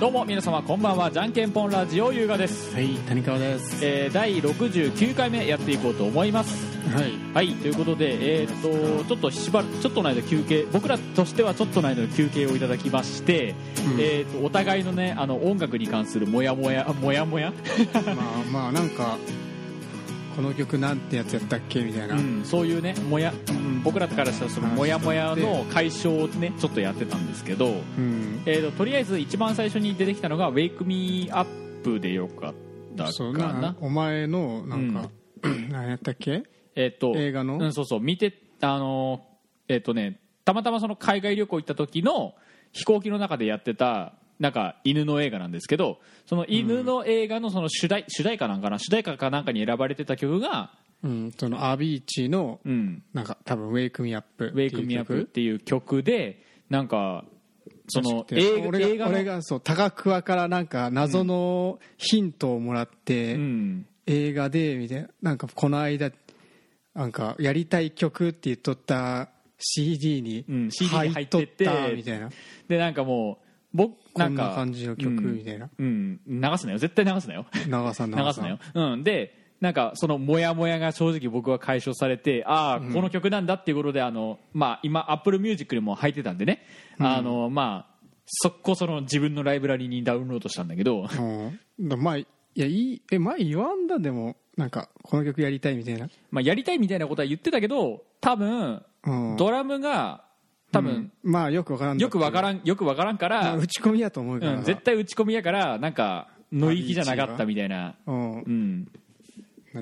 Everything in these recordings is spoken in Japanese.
どうも皆様こんばんはじゃんけんぽんラジオ優雅です、はい、谷川です。えー第69回目やっていこうと思いますはい。はいということでえーっとちょっとしばらちょっとの間休憩僕らとしてはちょっとの間の休憩をいただきまして、うんえーっとお互いのねあの音楽に関するモヤモヤモヤモヤまあまあなんかこの曲なんてやつやったっけみたいな。うん、そういうねもや、ん僕らからしたらその話モヤモヤしとの解消をねちょっとやってたんですけど、うん。えー、ととりあえず一番最初に出てきたのが「Wake Me Up」でよかったかそうななお前のなんか、 何やったっけ？えー、と映画うのん、そうそう見てあのーえっ、とねたまたまその海外旅行行った時の飛行機の中でやってたなんか犬の映画なんですけどその犬の映画のその主題主題歌なんかな主題歌かなんかに選ばれてた曲がうん。そのアビーチの「うん、なんか多分ウェイクミアップ。ウェイクミアップっていう曲でなんかその映映画画映俺画がの俺がそう高桑からなんか謎のヒントをもらって、うん、映画でみたいななんかこの間なんかやりたい曲って言っとった CD にうん CD に入入っってとてったみたいな、でなんかもう僕なんかこんな感じの曲みたいなうん、うん流すなよ絶対流すなよ長さ流長すさなよ、うん、でなんかそのモヤモヤが正直僕は解消されてああ、この曲なんだっていうことであの、まあ、今 AppleMusic にも入ってたんでね、あのまあ、速攻その自分のライブラリにダウンロードしたんだけど うんだまあいやいいえ前言わんだでもなんかこの曲やりたいみたいなまあやりたいみたいなことは言ってたけど多分、うんドラムが多分、まあよくわからんよくわらからんよくわからんかまあら、打ち込みやと思うから、うん、絶対打ち込みやからなんか乗り気じゃなかったみたいな、ううんん、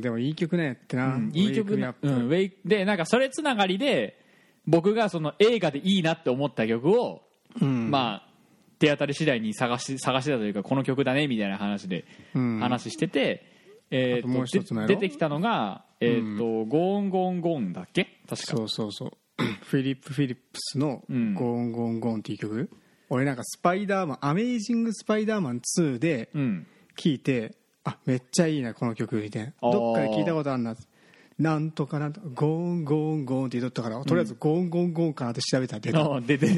でもいい曲ねってな、いい曲ウェイクミアなッ、プうん、ウェイでなんかそれつながりで僕がその映画でいいなって思った曲を、うんまあ手当たり次第に探し探してたというかこの曲だねみたいな話でうん話してて、えーあともう一つのやでろ出てきたのが「えーとゴーンゴーンゴーン」だっけ確かそうそうそう フィリップ・フィリップスの「ゴんーンゴーンゴーン」っていう曲、俺なんか「スパイダーマン」「アメイジング・スパイダーマン2」でうん聴いて、あめっちゃいいなこの曲みたいなあーどっかで聴いたことあるななんとかなんとかゴーンゴーンゴーンって言っとったから、とりあえずゴーンゴーンゴーンかなって調べたら出た、あーでで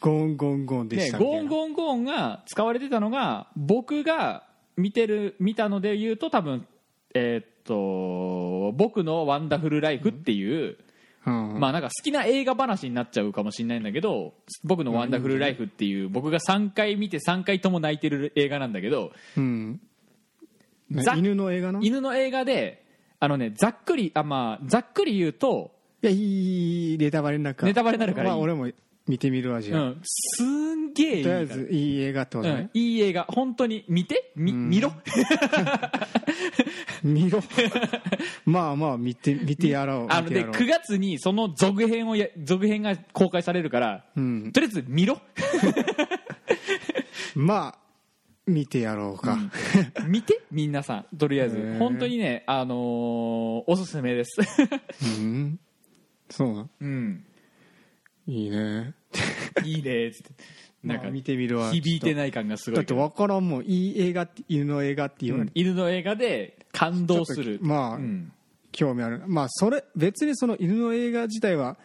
ゴーンゴーンゴーンでしでたみゴたーンいなゴーンゴーンが使われてたのが僕が見てる見たので言うと多分えっ、と「僕のワンダフルライフ」っていう、うんまあなんか好きな映画話になっちゃうかもしれないんだけど「僕のワンダフルライフ」っていう僕が3回見て3回とも泣いてる映画なんだけどうんねざ犬の映画のい犬の映画であのねざっくりあまあざっくり言うと、やいいネタバレになるからネタバレになるからいいまあ、俺も見てみるわじうゃあ、ん、すんげえいいとりあかえらずいい映画ってことうね、ん、いい映画本当に見てみ見ろ 見ろまあまあ見て見てやろうあの見てでやろう9月にその続編をや続編が公開されるから、うんとりあえず見ろ まあ見てやろうか、見てみんなさんとりあえへずー本当にねあのーおすすめです うんそうなんうんいいね いいねっつってなんまかあ見てみるわ響いてない感がすごだっいけてど分からんもんいい映画って犬の映画っていう、うん犬の映画で感動すちょるっとまあうん興味あるまあそれ別にその犬の映画自体は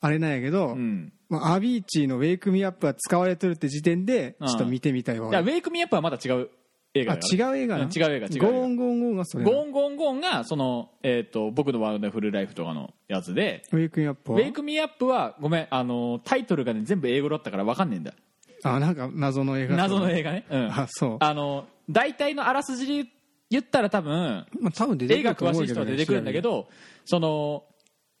あれなんやけど、うんまあ、アビーチーの「ウェイク・ミーアップ」が使われてるって時点でうんちょっと見てみたいわ、いやウェイクミーアップはまだ違う映画あだ違う映画なうん違う映画違う映画ゴーンゴーンゴーンがそれなゴーンゴーンゴーンがその、えー、と僕のワンダフルライフとかのやつでウェイク・ミーアップウはェイクミーアップはごめんあのタイトルがね全部英語だったから分かんねえんだあなんか謎の映画謎の映画ね、うん、あそうあの大体のあらすじで言ったら多分まあ、多分出て映くる画と思詳しういけ人どはね出てくるんだけどその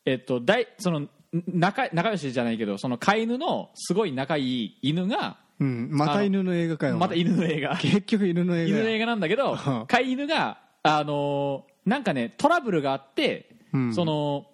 えっと大その仲仲良しじゃないけどその飼い犬のすごい仲いい犬がうん、また犬の映画かよまた犬の映 画結局犬の映画犬やの映画なんだけどうん飼い犬があのーなんかねトラブルがあって、うんその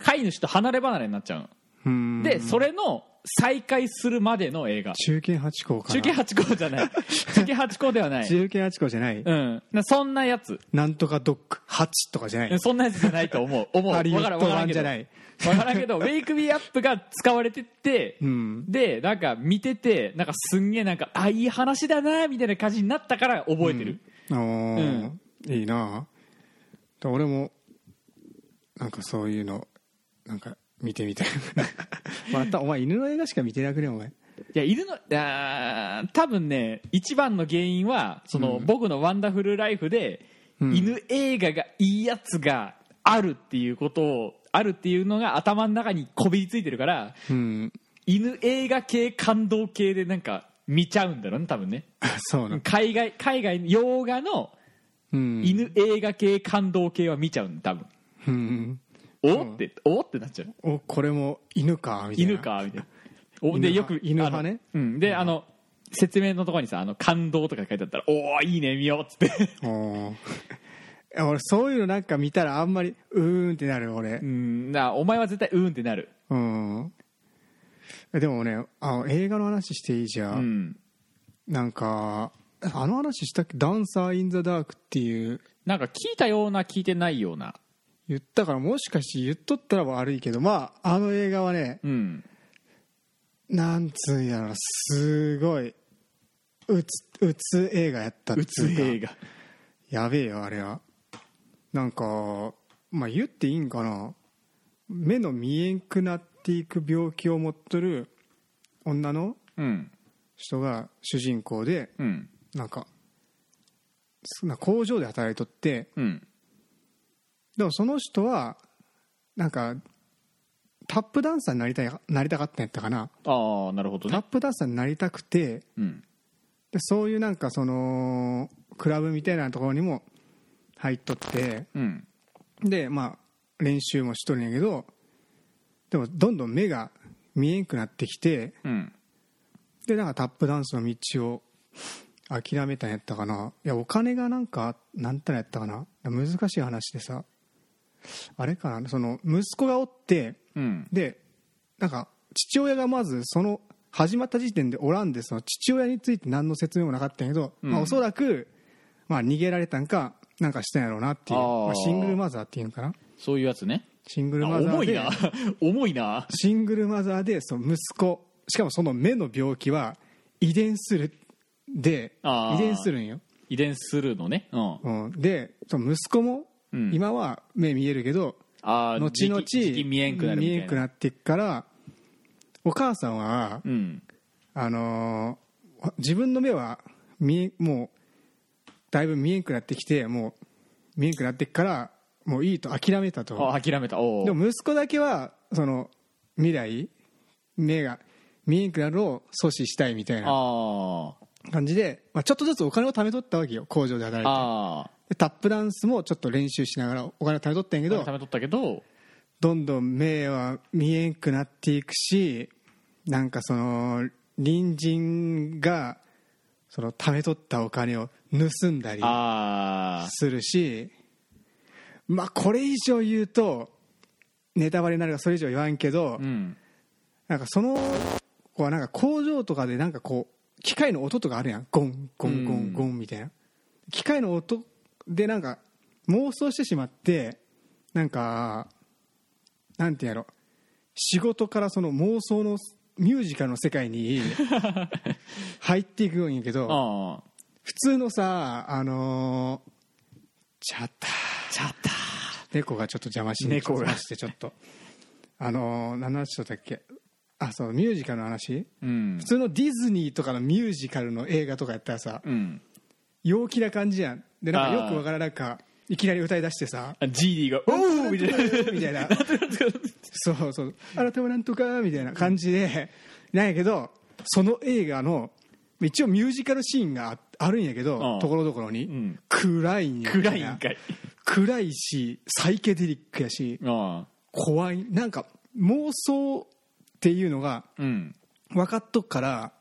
飼い主と離れ離れになっちゃうの、うんでそれの再会するまでの映画中堅八高かな中継八高じゃない 中継八高ではない、中堅八高じゃない、うん、なそんなやつなんとかドッグ八とかじゃない、そんなやつじゃないと思う思うハリウわッからドんわからん版けじどゃないわからんけど「ウェイク・ビー・アップ」が使われてって、うんでなんか見ててなんかすんげえなんかあいい話だなみたいな感じになったから覚えてる、おーいいなあ俺もなんかそ ういうのなんか見てみたいまたお前犬の映画しか見てなくねお前いや犬のあー多分ね一番の原因はその、僕の「ワンダフルライフで」犬映画がいいやつがあるっていうことをあるっていうのが頭の中にこびりついてるからうん、 犬映画系感動系でなんか見ちゃうんだろうね多分ねそうなん海外海外洋画のうん犬映画系感動系は見ちゃうんだ多分うんおっておってなっちゃうおこれも犬かみたいな犬かみたいなお犬で派よく犬派あのねうん、であの説明のところにさあの感動とか書いてあったら「おおいいね見よう」っつって おー俺そういうのなんか見たらあんまりうーんってなる俺うんなお前は絶対うーんってなるうんでもねあ映画の話していいじゃ、うんんなんかあの話したっけ「ダンサー・イン・ザ・ダーク」っていうなんか聞いたような聞いてないような言ったからもしかして言っとったら悪いけどまああの映画はねうんなんつうんやろすごいうつうつ映画やったっうつつうか映画やべえよあれはなんかまあ言っていいんかな目の見えんくなっていく病気を持っとる女のうん人が主人公でうんなんかそんな工場で働いとってうんでもその人はなんかタップダンサーになりたいなりたかったんやったかなああなるほどタッねプダンサーになりたくてうんでそういうなんかそのクラブみたいなところにも入っとってうんでまあ練習もしとるんやけどでもどんどん目が見えんくなってきてうんでなんかタップダンスの道を諦めたんやったかないやお金がなんかなんたらやったかな難しい話でさあれかなその息子がおってうんでなんか父親がまずその始まった時点でおらんでその父親について何の説明もなかったんやけど、うんまあ、おそらく、まあ、逃げられたんかなんかしたんやろうなっていうあーまあシングルマザーっていうのかなそういうやつねシングあルマザ重ーいでな 重いなシングルマザーでその息子しかもその目の病気は遺伝するであー遺伝するんよ、遺伝するのねうんうん、でその息子もうん今は目見えるけど、ああ後々時期見えんくなるみ見たいえなんくなっていくからお母さんはうんあのー自分の目は見えもうだいぶ見えんくなってきてもう見えんくなってくからもういいと諦めたとあ諦めたおおでも息子だけはその未来目が見えんくなるのを阻止したいみたいなあ感じで、まあ、ちょっとずつお金を貯めとったわけよ工場であ働いてああでタップダンスもちょっと練習しながらお金を貯めとったんやけど食べとったけどどんどん目は見えんくなっていくしなんかその隣人がその貯めとったお金を盗んだりああするしまあこれ以上言うとネタバレになるからそれ以上言わんけど、うんなんかその子はなんか工場とかでなんかこう機械の音とかあるやんゴンゴンゴンゴンみたいな、機械の音でなんか妄想してしまってなんかなんていうんやろ仕事からその妄想のミュージカルの世界に入っていくんやけどああ普通のさあのーチャッターちゃった猫がちょっと邪魔しに猫が来ましてちょっとあのー何の話だったっけあそうミュージカルの話うん普通のディズニーとかのミュージカルの映画とかやったらさうん陽気な感じやんでなあんかーよくわからんなんかいきなり歌い出してさあジーディーが「おお!」みたいなみたいなそうそうあなたはなんとかみたいな感じでなんやけどその映画の一応ミュージカルシーンがああるんやけあどあところどころに、ん暗いんや暗いんかい暗いしサイケデリックやし、あ怖いなんか妄想っていうのあがうん分かっとくから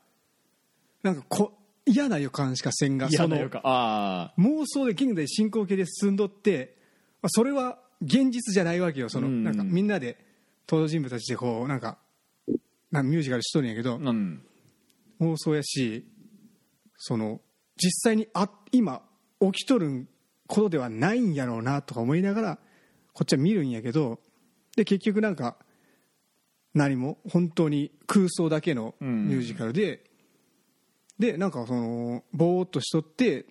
なんかこ嫌な予感しかせんが嫌そなの予感ああ妄想で現代進行形で進んどってまあそれは現実じゃないわけよその、うんなんかみんなで登場人物たちでこうなんかなんかミュージカルしとるんやけど、うん妄想やしその実際にあ今起きとることではないんやろうなとか思いながらこっちは見るんやけどで結局なんか何も本当に空想だけのうんミュージカルで、でなんかそのぼーっとしとって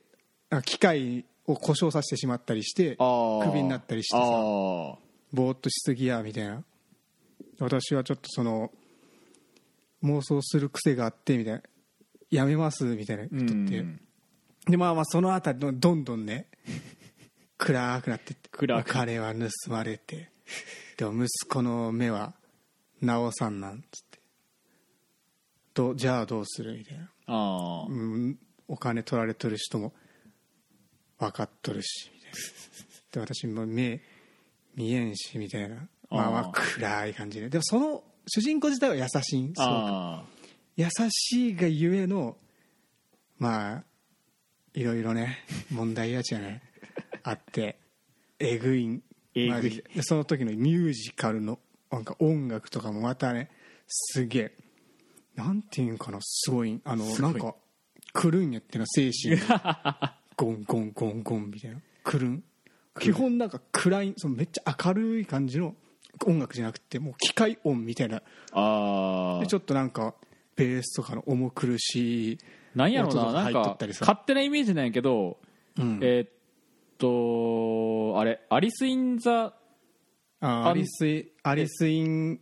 なんか機械を故障させてしまったりしてああクビになったりしてさああぼーっとしすぎやみたいな私はちょっとその妄想する癖があってみたいなやめますみたいな人って、うんでまあまあそのあたりのどんどんね暗くなってって暗く彼は盗まれてでも息子の目は直さんなんつってどうじゃあどうするみたいな、ああうん、お金取られとる人も分かっとるしみたいなで私も目見えんしみたいなまあまああー暗い感じででもその主人公自体は優しいんそうかあ優しいがゆえのまあいろいろね問題やじゃない あってえぐいんえぐいマジででその時のミュージカルのなんか音楽とかもまたねすげえなんていうんかなすごいあのすごないんかくるんやってな精 神がゴンゴンゴンゴンみたいなくるん基本なんか暗いそのめっちゃ明るい感じの音楽じゃなくてもう機械音みたいなあああでちょっとなんかベースとかの重苦しいなんやろう音とななん入っとかったりさ勝手なイメージなんやけど、うんえーっとあれアリス・イン・ザ・ああアリスイアリスイン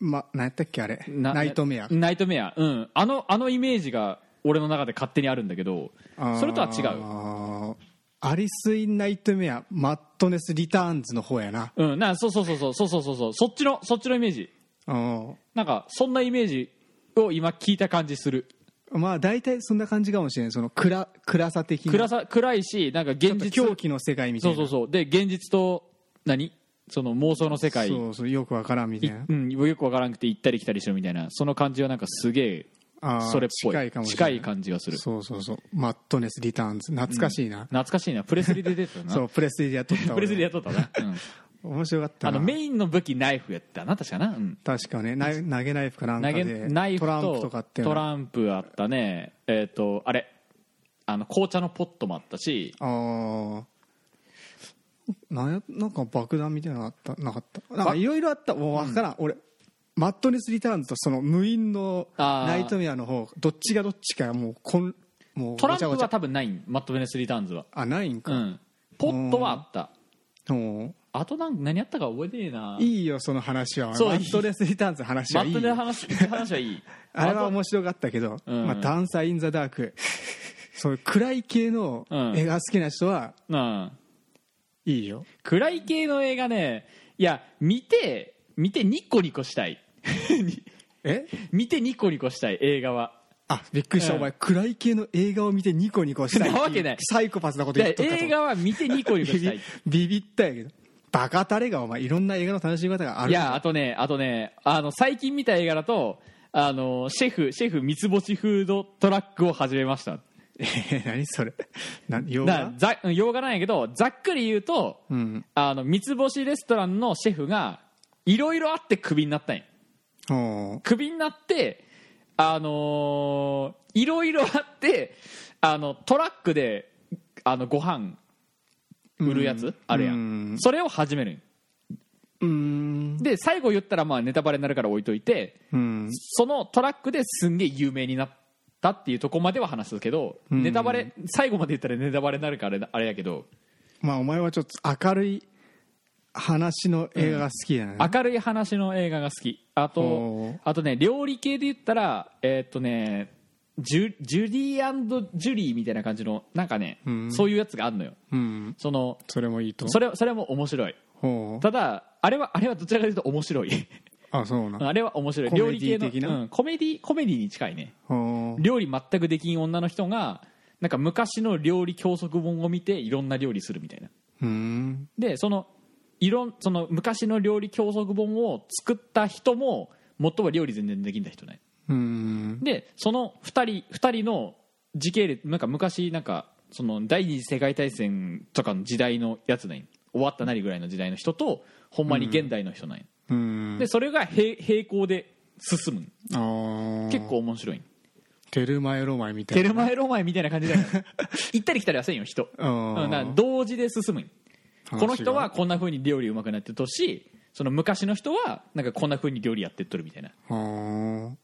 ま何やったっけあれなナイトメアナイトメアうんあのあのイメージが俺の中で勝手にあるんだけどそれとは違ううアリスインナイトメアマットネスリターンズの方やなうんなそうそうそうそうそうそうそうそうそっちのそっちのイメージうんなんかそんなイメージを今聞いた感じするまあ大体そんな感じかもしれないその暗暗さ的な暗さ暗いしなんかちょ現っと実狂気の世界みたいそうなそうそうで現実と何その妄想の世界そうそうよくわからんみたいなうん、よくわからなくて行ったり来たりしろみたいなその感じはなんかすげえあーそれっぽい近いかもしれ近ないい感じがするそうそうそうマットネスリターンズ懐かしいな、懐かしいなプレスリーで出てたなそうプレスリーでやっとっ た俺プレスリーやっとったな、うん面白かったあなのメインの武器ナイフやったな確かな、うん確かねな投げナイフかなんか投げでナイフトランプととかっていうトのランプあったねえっ、とあれあの紅茶のポットもあったしああなんやなんか爆弾みたいなのあったなかったなんかいろいろあったもう分からん、俺マットネスリターンズとその無印のあーナイトメアの方どっちがどっちかもうこんもうトランプごちゃはごちゃ多分ないマット・ベネス・リターンズはあないんうか、んポットはあったもあとなん何やったか覚えてねえなういいよその話はマそうットネスリターンズの話マはいッいト・よベネス話話はいい あれはと面白かったけど、うんまあ、ダンサー・イン・ザ・ダ ークそういう暗い系の映画好きな人はうんいいよ、暗い系の映画ねいや見て見てニコニコしたいえ見てニコニコしたい映画はあびっくりした、うんお前暗い系の映画を見てニコニコしたいってうなわけないサイコパスなこと言っでとったと映画は見てニコニコビしたビいビビったやけどバカタレがお前いろんな映画の楽しみ方がある いやあとねあとねあの最近見た映画だとあのシェフシェフ三つ星フードトラックを始めましたえー 何それな洋だ画ざ洋画なんやけどざっくり言うと、うんあの三つ星レストランのシェフがいろいろあってクビになったんやおークビになってあのーいろいろあってあのトラックであのご飯売るやつ、あるやん、うんそれを始めるんうーんで最後言ったらまあネタバレになるから置いといてうんそのトラックですんげえ有名になったっていうとこまでは話すけど、んネタバレ最後まで言ったらネタバレになるからあれあれやけどまあお前はちょっと明るい話の映画が好きやね、明るい話の映画が好きあほとうあとね料理系で言ったらえーっとねジュジュリージュリーみたいな感じのなんかね、うんそういうやつがあるのようんそのそれもいいとそれそれも面白いほうただあれはあれはどちらかというと面白いあそうなあれは面白いコメデ料ィ理系の的なうん、コメディコメディに近いねほう料理全くできん女の人がなんか昔の料理教則本を見ていろんな料理するみたいなうーんでそのいろんその昔の料理教則本を作った人も元は料理全然できんだ人ねうーんでその2人二人の時系列なんか昔なんかその第二次世界大戦とかの時代のやつなんよ終わったなりぐらいの時代の人とほんまに現代の人なんようーんでそれが並並行で進むんあー結構面白いんテルマエロマエみたいテなルマエロマエみたいな感じだから行ったり来たりはせんよ人うんうんだから同時で進むん話がこの人はこんな風に料理うまくなってとしその昔の人はなんかこんな風に料理やってっとるみたいなはあ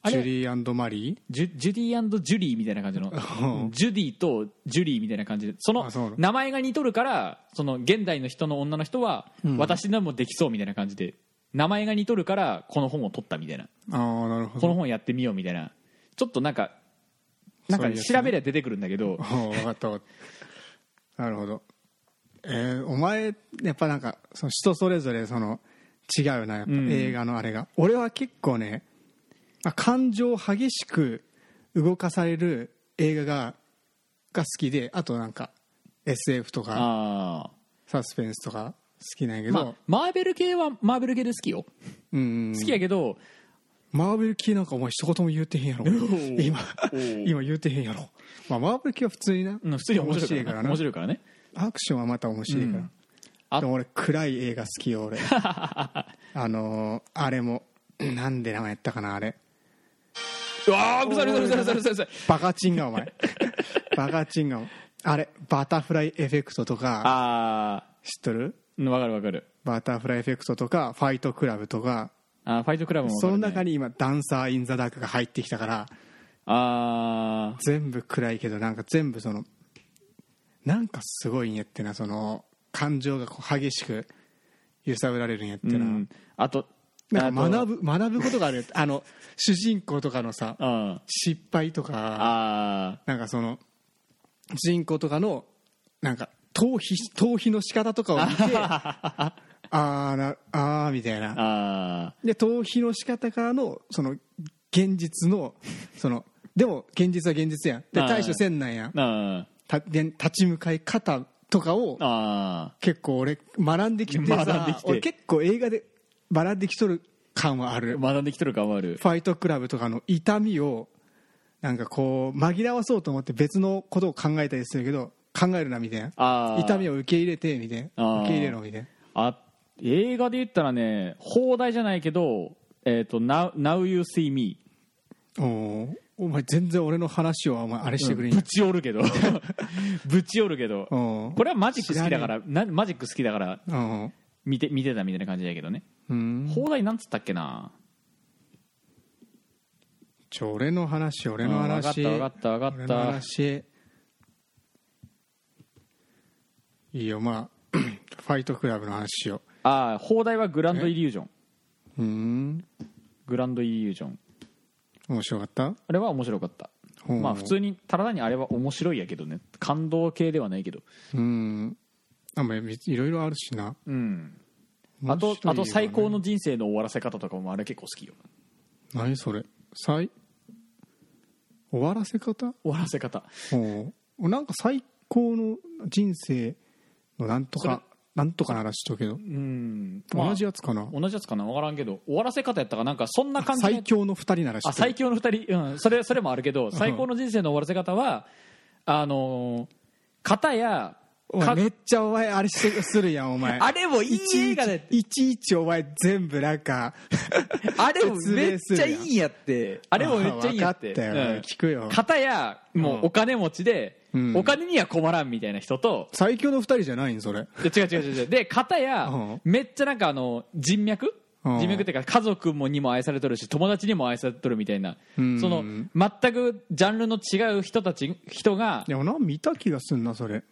あれジュリーマリージュジュディジュリーみたいな感じのうんジュディとジュリーみたいな感じでそのあそうなの名前が似とるからその現代の人の女の人はうん私でもできそうみたいな感じで名前が似とるからこの本を取ったみたいなああなるほこのど本やってみようみたいなちょっとなんかなんかねそういうやつね調べりゃ出てくるんだけどあー 分かった分かったなるほどえーお前やっぱなんかその人それぞれその違うなやっぱうん映画のあれが、俺は結構ねあ感情を激しく動かされる映画がが好きであとなんか SF とかあサスペンスとか好きなんやけあど、まあマーベル系はマーベル系で好きようん好きやけど、マーベル系なんかお前一言も言うてへんやろー今今言うてへんやろ、まあ、マーベル系は普通になうん普通に面白いからね面面白白いいからねからなアクションはまた面白いから、うんあでも俺暗い映画好きよ 俺あのーあれもなんで名前やったかなあれうわあうるさいうるさいうるさいうるさいうるさいバカチンが お前バカチンがあれバタフライエフェクトとかああ知っとるうんわかるわかるバタフライエフェクトとかファイトクラブとかあーファイトクラブもわかそる、ね、の中に今ダンサー・イン・ザ・ダークが入ってきたからああ全部暗いけどなんか全部そのなんかすごいんやってなその感情がこう激しく揺さぶられるんやってうな,、んあとなんかぶ学ぶ学ぶことがあるんやってあの主人公とかのさうん失敗とかあなんかその主人公とかのなんか逃避逃避の仕方と かを見てあーなあーみたいなああで逃避の仕方からのその現実のそのでも現実は現実やんであー対処せんなんやんああたで立ち向かい方とかをあ結構俺学んできてさ学んできて俺結構映画で学んできとる感はあーる学んできとる感はあるファイトクラブとかの痛みをなんかこう紛らわそうと思って別のことを考えたりするけど考えるなみたいあなー痛みを受け入れてみたいあなー受け入れろみたいなあ映画で言ったらね放題じゃないけど「えー、と Now, Now You See Me おーお前全然俺の話をお前あれ」してくれんやぶち折るけ どぶち折るけどうんこれはマジック好きだからなマジック好きだからうん見て見てたみたいな感じだけどねうん放題なんつったっけなちょ俺の話俺のわかっ話たわかったわか俺っのた話いいよまあ ファイトクラブの話しよああ放題はグランドイリュージョンううーんグランドイリュージョン面白かったあれは面白かったほうまあ普通にただ単にあれは面白いやけどね感動系ではないけどうーんあまあいいろいろあるしなうんあと面白いよあねと最高の人生の終わらせ方とかもあれ結構好きよ何それ最終わらせ方終わらせ方ほうなんか最高の人生のなんとかなんとかならしとくけどうん同じやつかな同じやつかな分からんけど終わらせ方やったかなんかそんな感じの最強の二人ならしあとけ最強の2人、うん、それそれもあるけど最高の人生の終わらせ方はあのー型やお前かめっちゃお前あれしするやんお前あれもいいいち映い画だっちていちいちお前全部なん か あれもめっちゃい説明いんやってあれもめっちゃいいんやって分かったようん聞くよ型やもうお金持ちで、うんお金には困らんみたいな人と最強の二人じゃないんそれで違う違う違う違う で型やうんめっちゃなんかあの人脈うん人脈っていうか家族もにも愛されとるし友達にも愛されとるみたいなそうんの全くジャンルの違う人たち人がでもな見た気がすんなそれ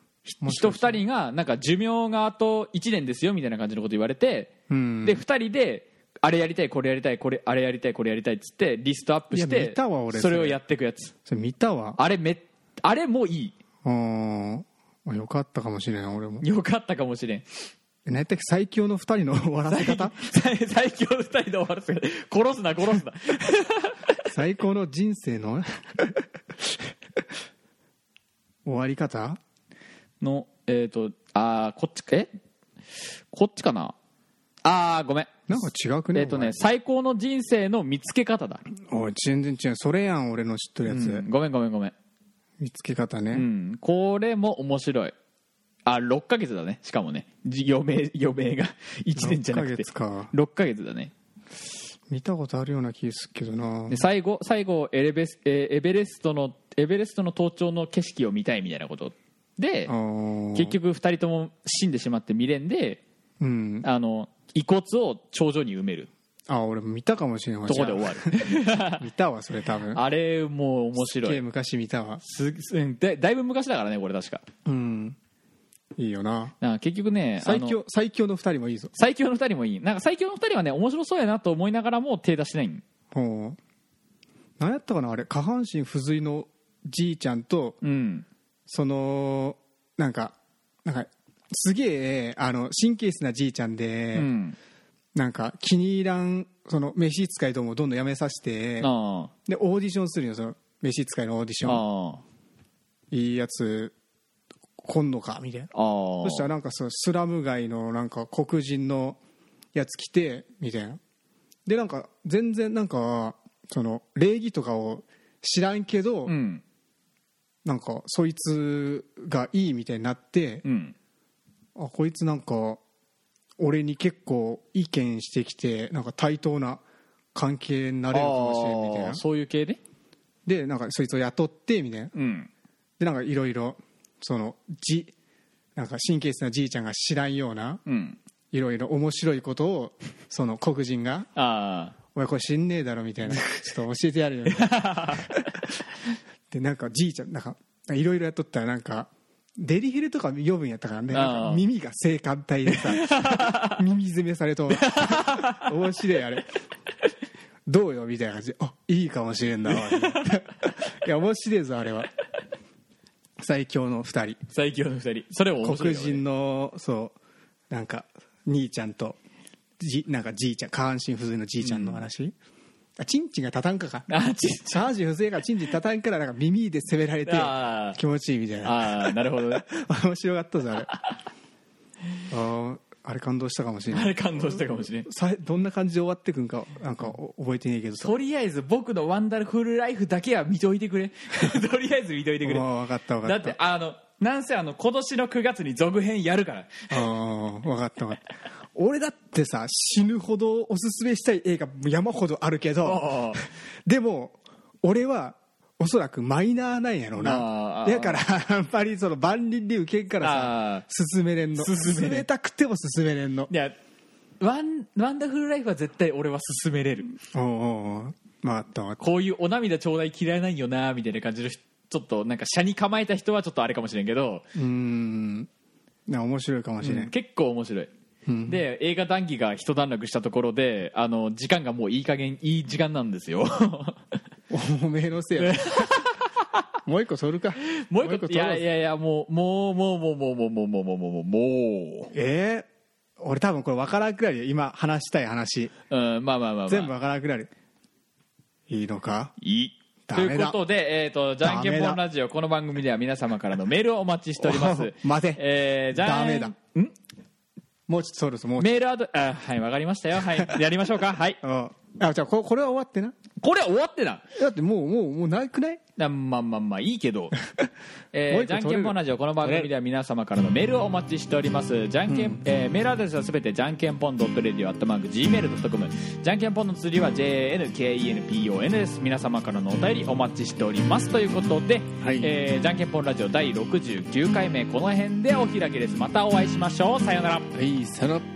もし人かして2人がなんか寿命があと1年ですよみたいな感じのこと言われて、うんで2人であれやりたいこれやりたいこれあれやりたいこれやりたいっつってリストアップしいやて見たわ俺それそをれやっていくやつそれ見たわあれめあれもいいうんよかったかもしれん俺もよかったかもしれん何やったっけ最強の二人の 終わらせ方最 最強2人で終わらせる殺すな殺すな最高の人生 の終わり方のえっ、とあーこっちえこっちかなあーごめんなんか違くえねっ、とおね前最高の人生の見つけ方だ、おい全然違うそれやん俺の知ってるやつ、うんごめんごめんごめん見つけ方ね、うん、これも面白いあ6ヶ月だねしかもねじ余命余命が 1年じゃなくて6ヶ月か6ヶ月だね見たことあるような気するけどなで最後最後エレベスえーエベレストのエベレストの登頂の景色を見たいみたいなことで結結局2人とも死んでしまって未練でうんあの遺骨を頂上に埋めるあ俺見たかもしれないとこで終わる見たわそれ多分あれもう面すっ白げえい昔見たわすすうんだだいぶ昔だからねこれ確かうんいいよななんか結局ねあの最強最強の2人もいいぞ最強の二人もいいなんか最強の二人はね面白そうやなと思いながらも手出してないんほう何やったかなあれ下半身不随のじいちゃんとうんそのなんかなんかすげえあの神経質なじいちゃんうで、んなんか気に入らんその飯使いどもをどんどんやめさせてあでオーディションするよその飯使いのオーディシあョンあいいやつ来んのかみたいなああそしたらなんかそうスラム街のなんか黒人のやつ来てみたいなでなんか全然なんかその礼儀とかを知らんけど、うんなんかそいつがいいみたいになってう、んあこいつなんか俺に結構意見してきてなんか対等な関係になれるかもしれんみたいあなーそういう系ででなんかそいつを雇ってみたいなうんでなんかいろいろそのじなんか神経質なじいちゃんが知らんようなうんいろいろ面白いことをその黒人がああ「おいこれ死んねえだろ」みたい な「ちょっと教えてやるよ」みたいなでなんかじいちゃんなんかいろいろやっとったらなんかデリヘルとか呼ぶんやったからねあーなんか耳が性感帯でさ 耳詰めされと 面白いあれどうよみたいな感じで「あいいかもしれんな」いや面白いぞあれは最強の2人最強の二人それも面白黒いよね人のそうなんか兄ちゃんとじなんかじいちゃん下半身不随のじいちゃんの話、あチンチンが立たんかかあち下半身不随がチンチン立たんからなんか耳で攻められてあー気持ちいいみたいなああなるほどね面白かったぞ あれあーあれ感動したかもしれあないれ感動したかもしれんさどんな感じで終わってくんかなんかお覚えてねえけどさとりあえず僕のワンダフルライフだけは見といてくれ とりあえず見といてくれああ分かった分だっかったてあのなんせあの今年の9月に続編やるからああ分かった分かった俺だってさ死ぬほどおすすめしたい映画山ほどあるけああどでも俺はおそらくマイナーなんやろうあなあだからやっぱりその万人に受けんからああさ進めれんの進めれんたくても進めれんのいやワンワンダフルライフは絶対俺は勧めれるおうおうおう分かった分かっこういうお涙ちょうだい嫌いないよなみたいな感じの人ちょっとなんか車に構えた人はちょっとあれかもしれんけど、たうーんな面白いかもしれん、結構面白い、で映画談義が一段落したところであの時間がもういい加減いい時間なんです よおめえのせいや もう一個取るかもう一個い取ろやういぜやいやもうもうもうもうもうもうもうもうもうもうもええ俺多分これ分からんくらいよ今話したい話う、うん、まあまあまあ、まあ、全部わからなくなるいいのかいいダといメうだことで、えー、とじゃんけんぽんラジオこの番組では皆様からのメールをお待ちしておりますお 待てえー、じゃんダメだんもうちょっとそうですもうちょっメールアドあはいわかりましたよはいやりましょうかはいとああじゃあここれは終わってなこれ終わってなだってもうもうもうないくないなまあまあまあいいけ ど、もえー、う一個取れるじゃんけんぽんラジオこの番組では皆様からのメールをお待ちしておりますじゃんけん、えーメールアドレスはすべてじゃんけんぽん .radio.gmail.com じゃんけんぽんの釣りは JNKENPON です皆様からのお便りお待ちしておりますということで、はいえーじゃんけんぽんラジオ第69回目この辺でお開きですまたお会いしましょうさようならはいさよなら